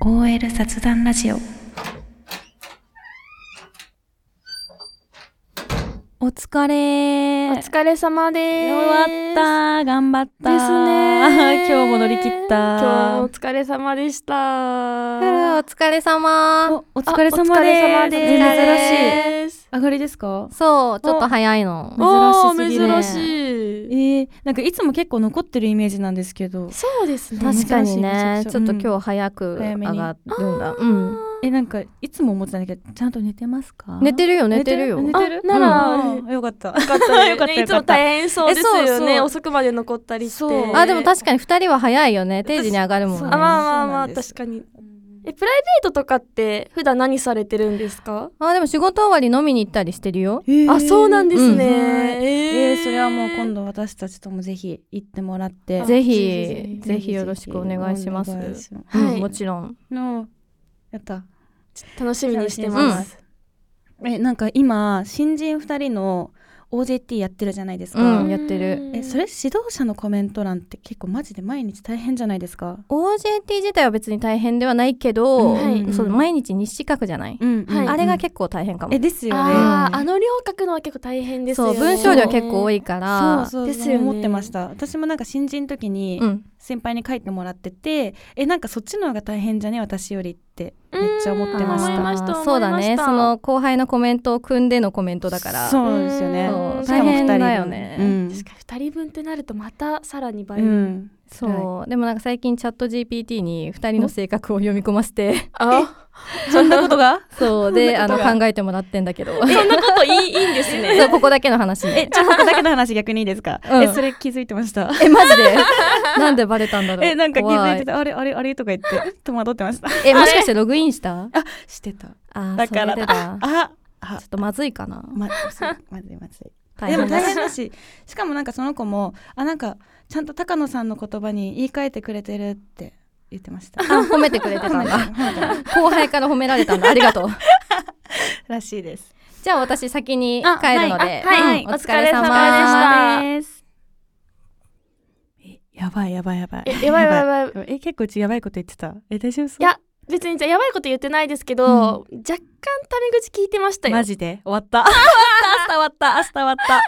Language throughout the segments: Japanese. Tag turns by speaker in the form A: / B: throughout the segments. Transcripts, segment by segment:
A: OL 雑談ラジオお疲れ
B: お疲れ様です。
A: 終わった頑張った
B: ですね
A: 今日も乗り切った
B: 今日はお疲れ様でした。
C: お疲れ様。
A: おお疲れ様です
B: あお疲れ
A: 珍しい
B: 様です。珍しい。
A: 上がりですか
C: そう、ちょっと早いの。
B: おー
A: 珍しすぎる
B: 珍し
A: え
B: い。
A: ー、なんかいつも結構残ってるイメージなんですけど
B: そうですね
A: 確
C: 確かに
A: 珍しいめ
C: ね、
A: ちゃくちゃ
C: ちょっと今日早く
A: 早め
C: 上
A: に
C: がるんだ。うん。
A: えなんかいつも思ってたんだけどちゃんと寝てますか
C: 寝てるよ、寝てるよ。
A: 寝てる
B: あなら
A: うんよかった
B: よか ったね
A: よかった
B: ねいつも大変そうです
C: えそ
B: よ
C: う
B: ね。
C: そう
B: 遅くまで残ったりし
A: そう
B: て。
C: あ、でも確かに二人は早いよね。定時に上がるもん
A: そう
C: ね。
B: あ、まあまあま
A: そうなん
B: あ、
A: です
B: 確かに。え、プライベートとかって、普段何されてるんですか
C: あ、でも仕事終わり飲みに行ったりしてるよ。
B: あ、そうなんですね。
C: うん
A: え
B: え
A: ー、それはもう今
B: 度。
A: 度私たちともぜひ行ってもらって
C: ぜ
B: ぜひぜ
C: ひ、
B: ひ
C: ぜひよろしくお願いします。
A: お願いしま
B: はい
C: うんもちろん。
A: すのやった
B: 楽しみにしてます。
A: えなんか今新人2人の OJT やってるじゃないですか、
C: うんやってる
A: えそれ指導者のコメント欄って結構マジで毎日大変じゃないですか
C: OJT 自体は別に大変ではないけ
A: う
C: ど、
A: ん
C: その毎日日視覚じゃない。
A: うん
B: はい
C: あれが結構大変かも
A: え。ですよね
B: あ
C: うん
B: ーあの量書くのは結構大変です
C: そ
B: よね。
C: う、文章量結構多
B: い。
C: いか
A: そう
C: ら。
A: そう
B: ですよね
A: 思ってました私もなんか新人の時に
C: うん。
A: 先輩に書いてもらってて、えなんかそっちの方が大変じゃね私よりってめっちゃ思ってまし
B: うん思い
A: た
B: ました
C: そうだ
B: 思いま
C: ね
B: した
C: その後輩のコメントを組んでのコメントだから
A: そうなんですよね
B: うん
A: し
C: 大
A: かも二人
C: 変
A: 分
C: だよね
A: うん
B: 確かに二人分ってなるとまたさらに倍。
A: うん、
C: そうでもなんか最近チャット GPT に2人の性格を読み込ませて
B: あ、
A: そんなことが
C: そう であの考えてもらってん だけど
B: そんなこといいいいんです ね。
C: そうここだけの話
A: え
C: ね
A: ちょっとここだけの話逆にいいですか、
C: うん
A: えそれ気づいてました
C: えマジ でなんでバレたんだろう
A: えなんか気づいて
C: た
A: たあれあれあれとか言って戸惑ってました
C: えもしかしてログインした
A: してた
C: あ
A: だから
C: それでだちょ
A: ああ
C: っとまずいかな
A: まずいまずいまずい
C: 大
A: でも
C: 変だ
A: 大変だししかもなんかその子もあなんかちゃんと高野さんの言葉に言い換えてくれてるって言ってました
C: あ褒めてくれてたんだ
A: 褒めてます
C: 後輩から褒められたんだありがとう
A: らしいです
C: じゃあ私先に帰るので
B: あはいはい
C: うんお疲れ様
B: お疲れ様でした
A: ですえやばいやばいやばい
B: えやばいやばいやばい
A: ばいえ結構うちやばいこと言ってたえ大丈夫そう
B: いや別にじゃあやばいこと言ってないですけど、若干タメ口聞いてましたよ。
A: マジで終わ った終わった明日終わった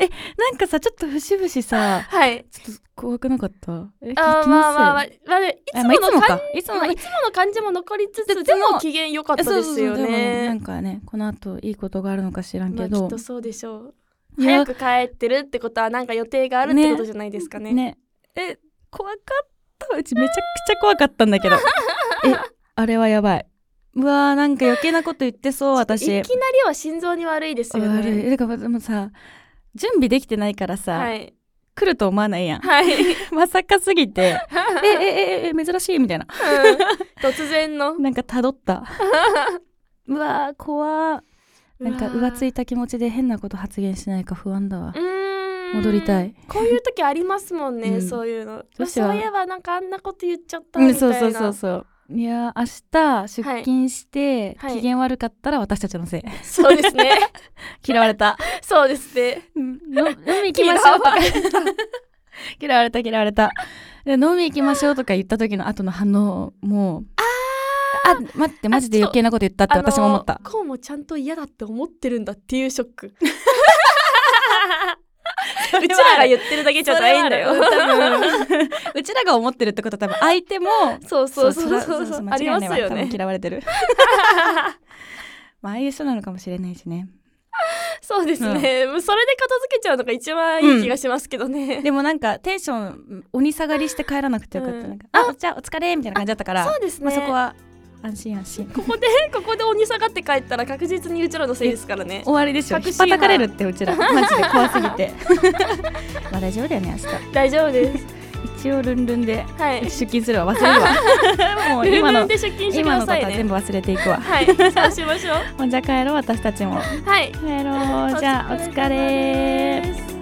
A: えなんかさちょっと節々さ
B: はい。
A: ちょっと怖くなかったえ聞き
B: あ
A: ま
B: ー
A: す
B: まあまあまあ、まあね、い
A: あま
B: つ
A: あ
B: も
A: いつも
B: の感
A: かいつ
B: まあいつもの感じも残りつつでも機嫌良かった
A: え
B: ですよ
A: でもねなん
B: ね。
A: かねこの後いいことがあるのか知らん
B: ま
A: け
B: あき
A: ど、
B: っとそうでしょう。
A: いや
B: 早く帰ってるってことはなんか予定があるってことじゃないですかね。
A: え怖かったうちめちゃくちゃ怖かったんだけ どえあれはやばいうわーなんか余計なこと言ってそう
B: い
A: 私
B: きなりは心臓に悪いですよ
A: 悪
B: ね。
A: いだからでもさ準備できてないからさ、
B: はい。
A: 来ると思わないやん
B: はい。うん
A: まさかすぎ てえええええ珍しいみたいな
B: 突然の。
A: なんかたどった うわー怖ーなんか浮ついた気持ちで変なこと発言しないか不安だわ
B: うーん
A: 戻りたい
B: こういう時ありますもんね、
A: うん
B: そういうの
A: 女子
B: そ
A: は
B: ういえばなんかあんなこと言っちゃった
A: う
B: み
A: ん
B: たいな、
A: そうそうそうそういやー明日出勤して、
B: はいはい
A: 機嫌悪かったら私たちのせい
B: そうですね
A: 嫌われた
B: そうですね
A: 飲み行きましょうとか嫌われた 嫌われたで飲み行きましょうとか言った時の後の反応もああ待ってマジで余計なこと言ったって私も思った
B: あのこうもちゃんと嫌だって思ってるんだって いうショック
A: それ
B: うち
A: は
B: らが言ってるだけじゃないんだよ
A: それはあるうん多分うちらが思ってるってことは多分相手も
B: そう そうそうそう
A: そそ
B: ありま
A: 間違い
B: す
A: ないわ
B: よ
A: 多分
B: ね
A: 嫌われてる まあああいう人なのかもしれないしね
B: そうですね、もうそれで片付けちゃうのが一番いい気がしますけどね、
A: でもなんかテンション鬼下がりして帰らなくてよかった、
B: うん
A: なんかあじゃあお疲れみたいな感じだったから
B: そうですね、
A: まあ、そこは安心安心
B: ここでここで鬼下がって帰ったら確実にうちらのせいですからね
A: 終わりでしょひ
B: 確
A: っ
B: 信は
A: ぱたかれるってうちらマジで怖すぎ てまあ大丈夫だよね
B: 大丈夫です
A: 明日一応ルンルンで
B: はい
A: 出勤するわ忘れる わもう今
B: ルンルン
A: の
B: で出勤してく
A: 今の
B: だ
A: こと
B: さ
A: はい
B: ね
A: 全部忘れていくわ
B: はい、 そうしましょう。
A: もうじゃあ帰ろう私たちも
B: はい。
A: 帰ろうじゃあお疲れ
B: お疲れ様です